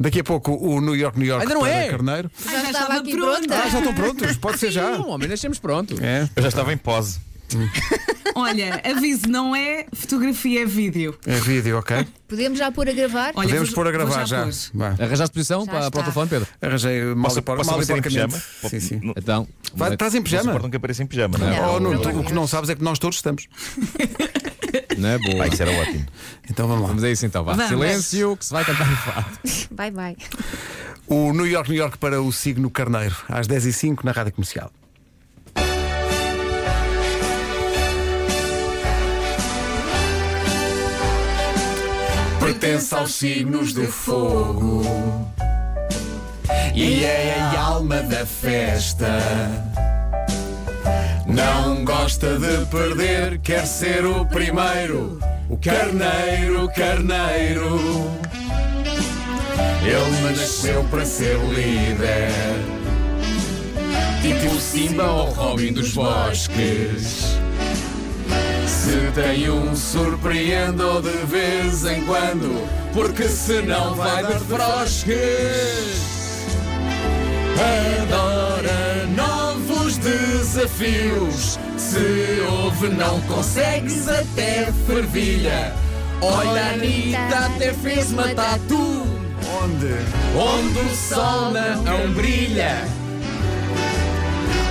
Daqui a pouco o New York, New York Ainda não Pedro é. Carneiro. Já estava aqui pronta. Ah, já estão prontos? Pode ser Tá. já. Não, homem, nascemos pronto. É. Eu já estava em pose. Olha, aviso, não é fotografia, é vídeo. É vídeo, ok? Podemos já pôr a gravar? Olha, Podemos vou- pôr a vou gravar já. pôr. Vá. Arranjaste posição Já para, para o está. telefone, Pedro? Arranjei mal Posso, e por- posso mal e aparecer em porcamente. pijama? Sim, sim. Não, Então. Vai- Estás em não pijama? suportam que apareça em pijama, não, é? Não. Oh, Nuno, tu- Não. o que não sabes é que nós todos estamos. Não é boa. Pá, Ah, isso era ótimo. Então vamos lá. Vamos a isso então, vá. Vamos. Silêncio, que se vai cantar o fado. Vai, vai. O New York, New York para o signo carneiro, às 10h05 na Rádio Comercial. Pertence aos signos do fogo e é a alma da festa. Não gosta de perder, quer ser o primeiro. O carneiro, carneiro. Ele nasceu para ser líder. Tipo Simba ou Robin dos Bosques. Se tem um, surpreendo de vez em quando, porque senão vai dar frosques. Adora novos desafios. Se houve, não consegues, até fervilha. Olha, Anitta até fez uma tatu. Onde? Onde o sol não brilha.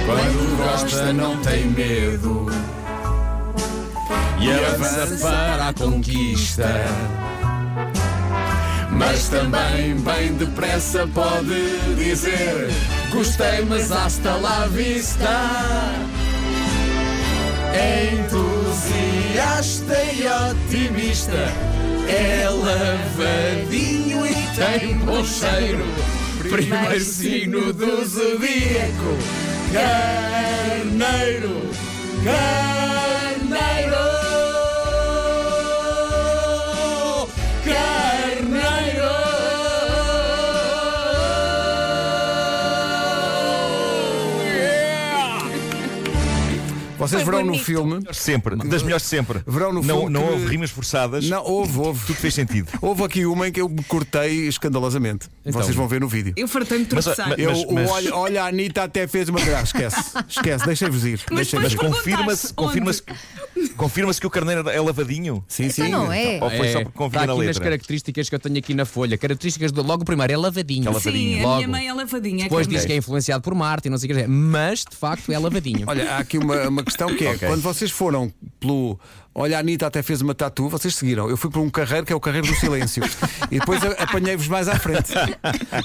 Quando gosta não tem medo E avança para a conquista Mas também bem depressa pode dizer Gostei mas hasta lá vista É entusiasta e otimista É lavadinho e tem bom cheiro Primeiro signo do zodíaco Carneiro, carneiro, carneiro. Vocês Foi verão no bonito. filme. Sempre, das melhores de sempre. Verão no não, fundo não que- houve rimas forçadas. Não, houve, houve. Tudo fez sentido. Houve aqui uma em que eu me cortei escandalosamente. Então. Vocês vão ver no vídeo. Eu fartei-me de tropeçar. mas- Eu, mas- mas- Olha, olha, a Anitta até fez uma. Ah, esquece, esquece, deixem-vos ir. Mas deixem-vos depois Mas ir. confirma-se confirma confirma que o carneiro é lavadinho? Sim, Então sim. não é. Ou foi só porque Está convinha na Tá aqui nas letra? características que eu tenho aqui na folha. Características do logo primeiro é lavadinho. É lavadinho. Sim, a Logo. minha mãe é lavadinha. Depois Carneiro. diz que é influenciado por Marte e não sei o que é. Mas de facto é lavadinho. Olha, há aqui uma, uma questão que é: Ok. quando vocês foram pelo. Olha, a Anitta até fez uma tatu, vocês seguiram. Eu fui por um carreiro que é o carreiro do silêncio. e depois a- apanhei-vos mais à frente.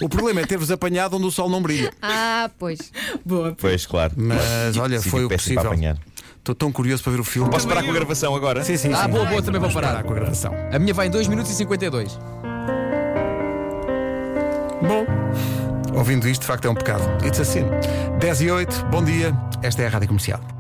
O problema é ter-vos apanhado onde o sol não brilha. Ah, pois. Boa. Pois, claro. Mas olha, Sítio foi o péssimo para possível. apanhar. Estou tão curioso para ver o filme. Posso parar com a gravação agora? Sim, sim, Ah, sim. boa, boa, também vou Parar parar. com a gravação. A minha vai em 2 minutos e 52. Bom. Ouvindo isto, de facto, é um pecado. It's a sin. 10 e 8, bom dia. Esta é a Rádio Comercial.